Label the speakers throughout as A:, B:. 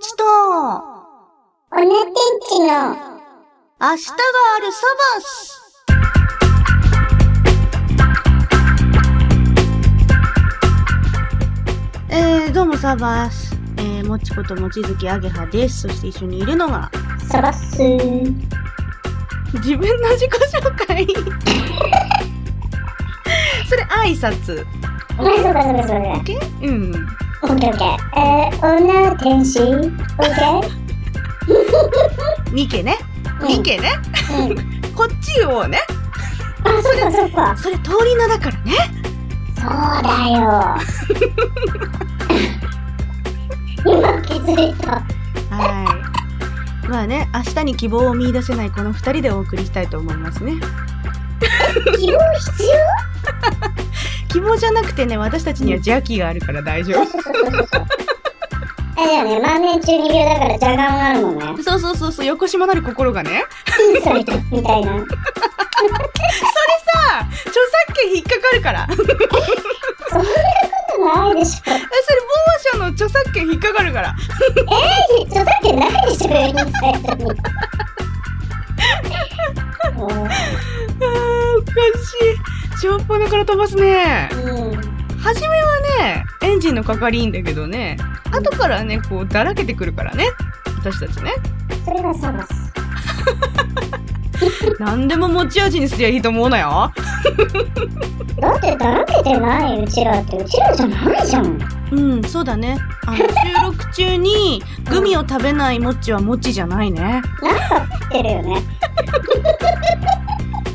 A: ちと、
B: オナテンチ
A: 明
B: の
A: 日があるサバス。えー、どうもサバス。えー、もちこともちづきあげはです。そして一緒にいるのが、
B: サバスー。
A: 自分の自己紹 介。それ挨拶。
B: あ、そうかそうかそう
A: う
B: か。
A: ん。
B: オッケーオッケー。えー、オナテンチオッケ
A: ニケね。
B: ー
A: ニケね。
B: うん。うん
A: こっちをね。
B: あ、そうかそうか。
A: それ通り名だからね。
B: そうだよ。今気づいた。
A: はい。まあね、明日に希望を見出せないこの二人でお送りしたいと思いますね。
B: 希望必要
A: 希望じゃなくてね、私たちには邪気があるから大丈夫。
B: あれだよね、万年中二病だから邪眼があるもんね。
A: そうそうそうそう、横島なる心がね、
B: うん、それと、みたいな。
A: 著作権引っかかるから。え、それ
B: ないでしょ。
A: 某社の著作権引っかかるから。
B: 著作権ないでしょ、インサイトに。
A: あー
B: う
A: おかしい。しょっぱなから飛ばすね。
B: ん。うん
A: 初めはね、エンジンのかかりいいんだけどね、後からね、こう、だらけてくるからね。私たちね。
B: それがサバス。
A: 何でも持ち味にすりゃいいと思うなよ。
B: だってだらけてないうちらってうちらじゃないじゃん。
A: うん、そうだね。あの、収録中に、グミを食べないもっちはもっちじゃないね。
B: なんか食ってるよね。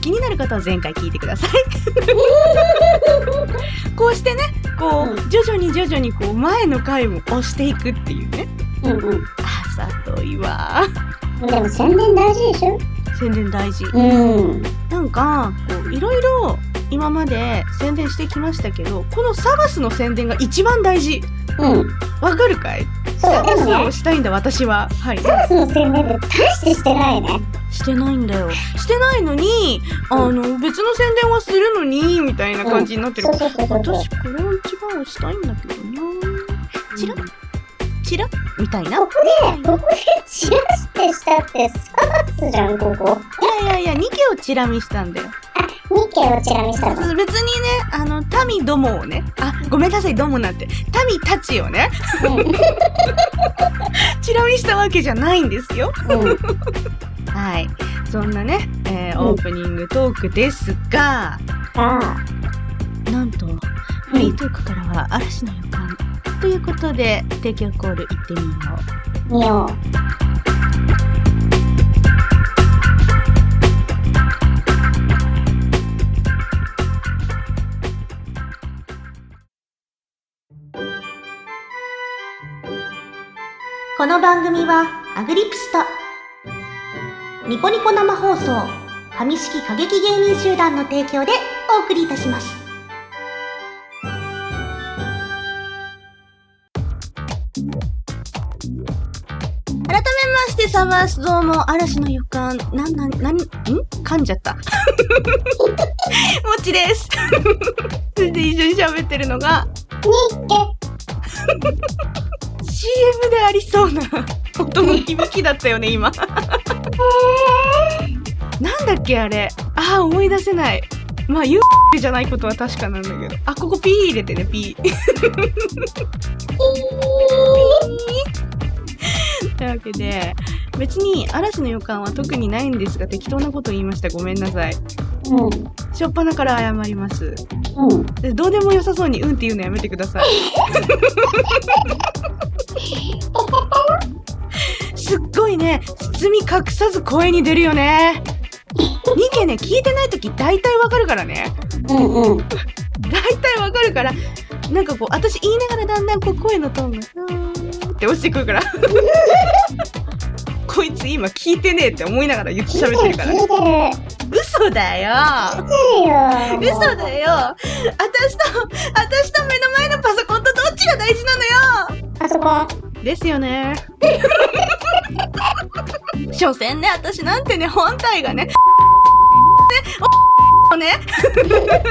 A: 気になる方は前回聞いてくださ い。こうしてね、こ
B: う
A: う、徐々に徐々にこう、前の回も押していくっていうね。
B: うんうん。
A: あ、さといわ。
B: でも宣伝大事でしょ
A: 宣伝大事。
B: うん。
A: なんか、こう、いろいろ、今まで宣伝してきましたけど、このサバスの宣伝が一番大事。
B: うん。
A: わかるかい
B: そ
A: サ
B: う、で
A: バス
B: も
A: を
B: ね、
A: したいんだ、私は。はい。
B: サバスの宣伝で大してしてないね。
A: してないんだよ。 してないのに、
B: うん
A: あの、別の宣伝はするのに、みたいな感じになってる
B: そう。そうそうそう。
A: 私、これを一番押したいんだけどなチラッチラッみたいな。
B: ここで、ここでチラシってしたってサバスじゃん、ここ。
A: いやいやいや、ニケをチラ見したんだよ。
B: ニケをチラ見したの。
A: 別にね、あの、民どもをね、あ、ごめんなさい、どもなんて、民たちを ね、チラ見したわけじゃないんですよ。
B: うん。うん。
A: はい。そんなね、えー
B: うん
A: オープニングトークですが、
B: あ
A: なんと、フリートークからは嵐の予感。ということで、提供コール行ってみよう。
B: あ、見よう。
A: この番組は、アグリプスと、ニコニコ生放送、紙式過激芸人集団の提供でお送りいたします。改めまして、サバースどうも、嵐の予感、なんなん、なん、ん噛んじゃった。も ちです。 それで一緒に喋ってるのが、
B: ニケ
A: CM でありそうな音の響きだったよね今なんだっけあれあー思い出せないまあ言うじゃないことは確かなんだけどあここピー入れてねピーというわけで別に嵐の予感は特にないんですが適当なこと言いましたごめんなさい
B: うん。
A: しょっぱなから謝ります
B: うん。
A: でどうでも良さそうに「うん」って言うのやめてくださ いすっごいね包み隠さず声に出るよねニケね聞いてない時大体わかるからね
B: うんうん。
A: 大体わかるからなんかこう私言いながらだんだんこう声のトーンがうーんって落ちてくる からこいつ今聞いてねえって思いながら言って喋ってるから
B: 聞いてる。
A: 嘘だよ
B: 聞いてるよ。
A: 嘘だよ私と私と目の前のパソコンとどっちが大事なのよ
B: あそこ。
A: ですよね 所詮ね私なんてね本体がね ねおね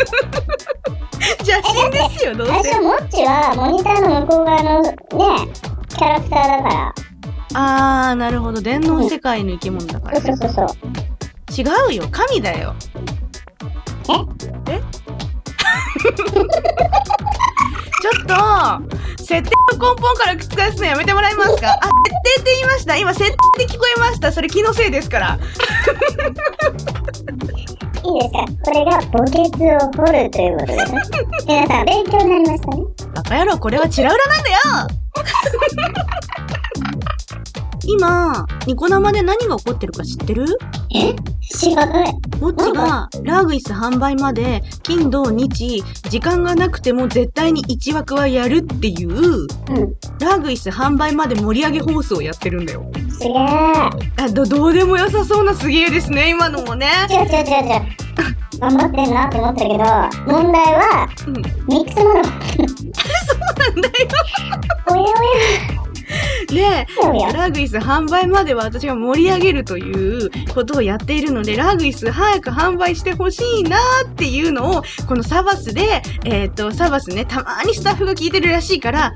A: 邪神ですよどう
B: 最
A: せ
B: 初、モッチはモニターの向こう側のね、キャラクターだから。
A: あー、なるほど。電脳世界の生き物だから。
B: そうそうそうそう。
A: 違うよ。神だよ。ええちょっと、設定の根本から覆すのやめてもらえますかあ、設定って言いました。今、設定って聞こえました。それ気のせいですから。
B: いいですかこれが墓穴を掘るということでね。皆さん、勉強になりましたね。
A: バカ野郎、これはチラウラなんだよ今、ニコ生で何が起こってるか知ってる
B: え知らない。
A: ぼっちがラーグイス販売まで金土日時間がなくても絶対に1枠はやるっていう
B: うん。
A: ラーグイス販売まで盛り上げ放送をやってるんだよ
B: すげえ。
A: あどどうでも良さそうなすげえですね今のもね
B: 違う違う違う違う。頑張ってんなって思ったけど、問題は、
A: うん そう
B: ミックスモノ。
A: なんだよ
B: おや
A: で
B: おやおやおや。
A: ラーグイス販売までは私が盛り上げるということをやっているので、ラーグイス早く販売してほしいなっていうのを、このサバスで、えっ、と、サバスね、たまにスタッフが聞いてるらしいから、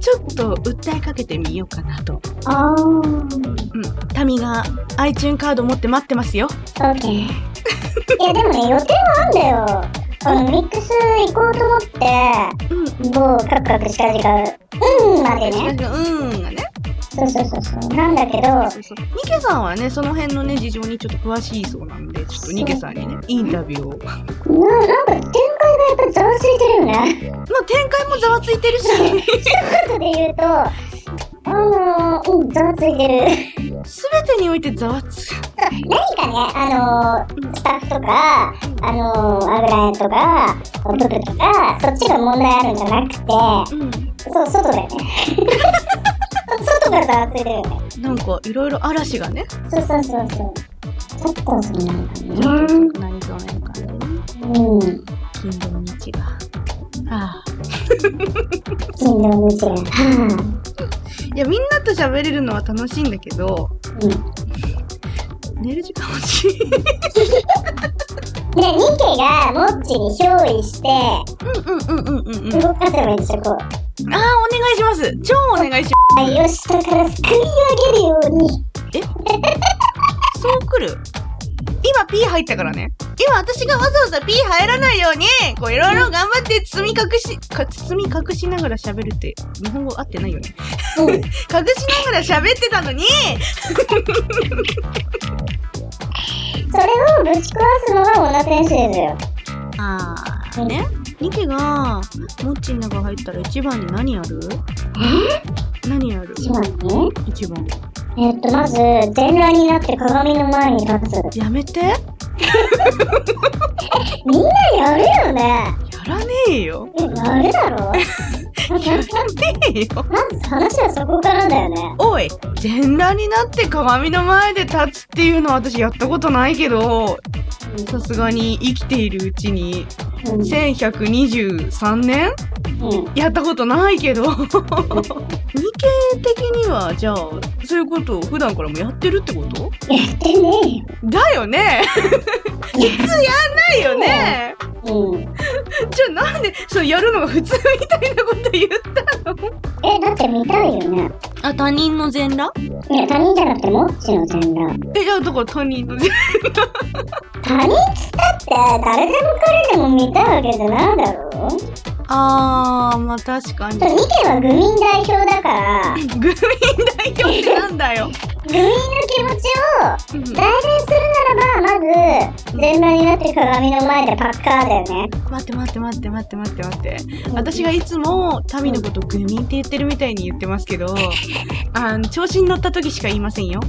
A: ちょっと訴えかけてみようかなと。
B: あー。
A: うん。タミが iTune カード持って待ってますよ。
B: オッケー。いや、でもね、予定はあんだよ。あの、ミックス行こうと思って、
A: うん。
B: 某カクカクしかじか、うんまでね。
A: うんがね。
B: そうそうそうそう。なんだけど、
A: そうそう。ニケさんはね、その辺のね、事情にちょっと詳しいそうなんで、ちょっとニケさんにね、インタビューを。まあ、
B: ななんか展開がやっぱざわついてるよね。
A: 展開もざわついてるし、
B: 後で言うと、あのー、うん、ざわついてる。
A: すべてにおいてざわつ。
B: 何かね、あのー、スタッフとか、あのー、アグラエンとか、ブブとか、そっちが問題あるんじゃなくて、
A: うん。
B: そう、外だよね。 外がざわついてるよね。
A: なんかいろいろ嵐がね、
B: そうそうそうそう。ちょっとそんなの
A: ちょっと
B: ね。
A: 強くなりそうな予感でね、
B: うん。
A: 金土日が。はあ、
B: 金土日が。はい
A: やみんなと喋れるのは楽しいんだけど
B: あ。うん。ね、
A: 寝る時間欲しい
B: ニケがモッチに憑依して
A: うんうんうんうんうんうんあー
B: 動かせばいいんですよ、こう。
A: お願いします超お願いしま
B: あよし、だからすくい上げるように。
A: すそう来る今 P 入ったからね今私がわざわざ P 入らないようにこういろいろ頑張って包み隠しか包み隠しながら喋るって日本語合ってないよね
B: う ん。
A: 隠しながら喋ってたのに
B: それをぶち壊すのが小田選手ですよ。
A: あーね。ニケが、モッチの中入ったら一番に何やる何やる
B: 一番ね。
A: 一番。
B: えっと、まず、全裸になって鏡の前に立つ。
A: やめてや
B: みんなやるよね。
A: らねえよ。
B: え、やるだ ろ
A: や
B: ま
A: ら
B: ず
A: ねえよ。
B: 話はそこからだよね。
A: おい、全裸になって鏡の前で立つっていうのは私やったことないけど、さすがに生きているうちに、
B: うん。
A: 1123年
B: うん。
A: やったことないけど。ニケ的には、じゃあ、そういうことを普段からもやってるってこと
B: やってねえよ。
A: だよね普通やんないよね
B: うん。
A: じゃあなんでそうやるのが普通みたいなこと言ったの
B: え、だって見たいよね。
A: あ他人の全裸
B: いや、他人じゃなくて、モッチの全裸。
A: えじゃあだから他人の全裸
B: 他人っつったって、誰でも彼でも見たいわけじゃないだろう
A: あーまあ確かに
B: そう、ニケは愚民代表だから、愚
A: グミ代表ってなんだよ、
B: 民の気持ちを
A: うん
B: 代弁するならば、まず、全裸になって鏡の前でパッカーだよね。
A: 待って待って待って待って待って待って私がいつも民のことグミって言ってるみたいに言ってますけどあの調子に乗った時しか言いません よ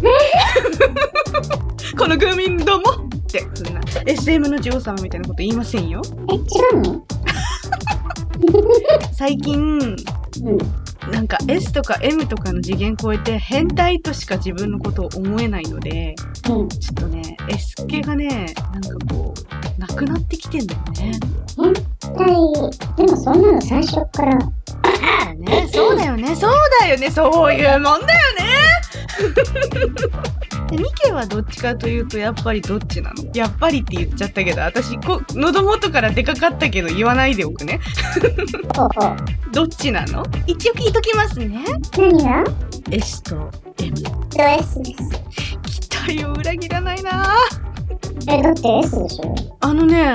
A: このグミどもってそんな SM の女王様みたいなこと言いませんよ
B: え、違うの
A: 最近
B: うん。
A: なんか S とか M とかの次元超えて変態としか自分のことを思えないので
B: うん。
A: ちょっとね S 系がねなんかこうなくなってきてんだよね
B: はい。でもそんなの最初っから。
A: ねそうだよねそうだよねそういうもん だよねでミケはどっちかというとやっぱりどっちなのやっぱりって言っちゃったけど私こ喉元から出かかったけど言わないでおくね
B: ほうほう。
A: どっちなの一応聞いときますね
B: 何が
A: S と M
B: ド S です。
A: 期待を裏切らないなぁ
B: え、だって S でしょ
A: あのね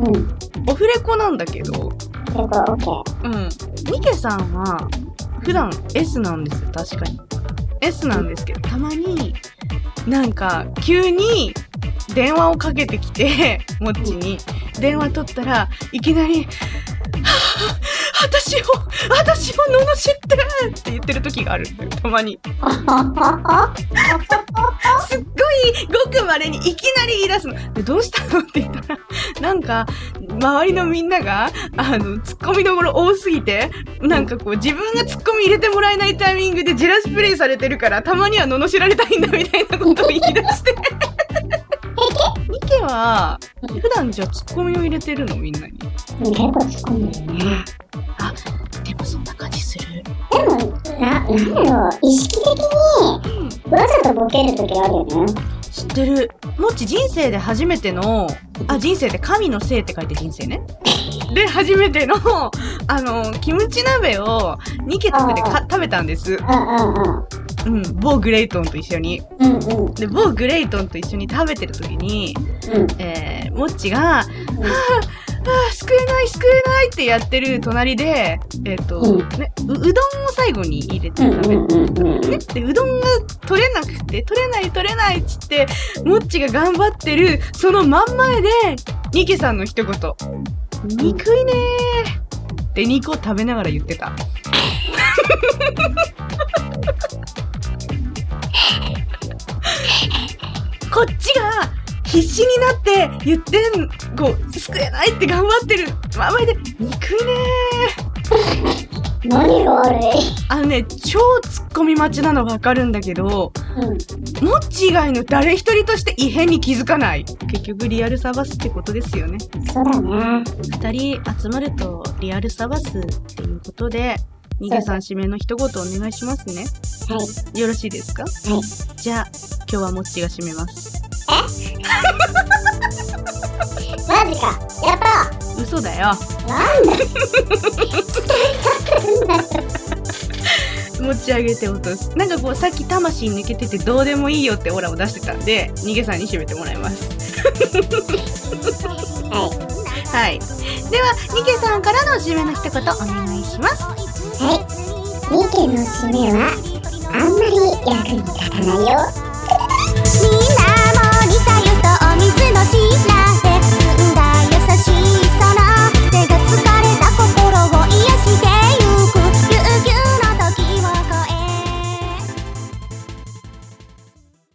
B: うん。結
A: オフレコなんだけど
B: 構 OK。
A: うんミケさんは普段 S なんですよ確かに S なんですけどたまになんか急に電話をかけてきてもっちに電話取ったらいきなり「私を私を罵って!」って言ってる時があるんだよたまにすっごいごくまれにいきなり言い出すの。で、どうしたのって言ったら、なんか、周りのみんなが、あの、ツッコミどころ多すぎて、なんかこう、自分がツッコミ入れてもらえないタイミングでジェラスプレイされてるから、たまには罵られたいんだみたいなことを言い出 して。ミケは、普段じゃあツッコミを入れてるのみんなに。
B: 結構突っ込んでるね。
A: あ、でもそんな感じする。
B: でも、な、なんだろう、意識的に
A: うん。
B: わざとボケる時あるよね。
A: 知ってる。もっち人生で初めての、あ、人生で神のせいって書いて人生ね。で、初めての、 あの、キムチ鍋を2ケトクでか食べたんです。
B: う
A: うん、某グレイトンと一緒に。
B: んうんうん。うんうん。
A: で、某グレイトンと一緒に食べてる時に、えー、もっちが、あー、あー、救えない、救えないってやってる隣で、えっ、と、
B: うん
A: ねう、うどんを最後に入れて
B: うん
A: 食べる。
B: うんうんうん。
A: ね、でうどんが取れなくて取れない取れないっつってもっちが頑張ってるその真ん前でニケさんの一言「憎いねー」って肉を食べながら言ってたこっちが必死になって言ってんこう救えないって頑張ってる真ん前で「憎いねー」
B: 何が悪い
A: あのね、超ツッコミ待ちなのわかるんだけど、モッチ以外の誰一人として異変に気づかない。結局リアルサバスってことですよね。
B: そうだね。
A: 二人集まるとリアルサバスっていうことで、ニゲさん指名の一言お願いしますね。
B: はい。
A: よろしいですかはい。じゃあ、今日はモッチが指めます。
B: マジか。やった
A: 嘘だよ。持ち上げて落とす。なんかこう、さっき魂抜けててどうでもいいよってオーラを出してたんで、ニゲさんに締めてもらいます。
B: は
A: はい。では、ニケさんからの締めの一言お願いします。
B: い。はい。ミケの締めは、あんまり役に立たないよ。
C: みんなも似た湯とお水のし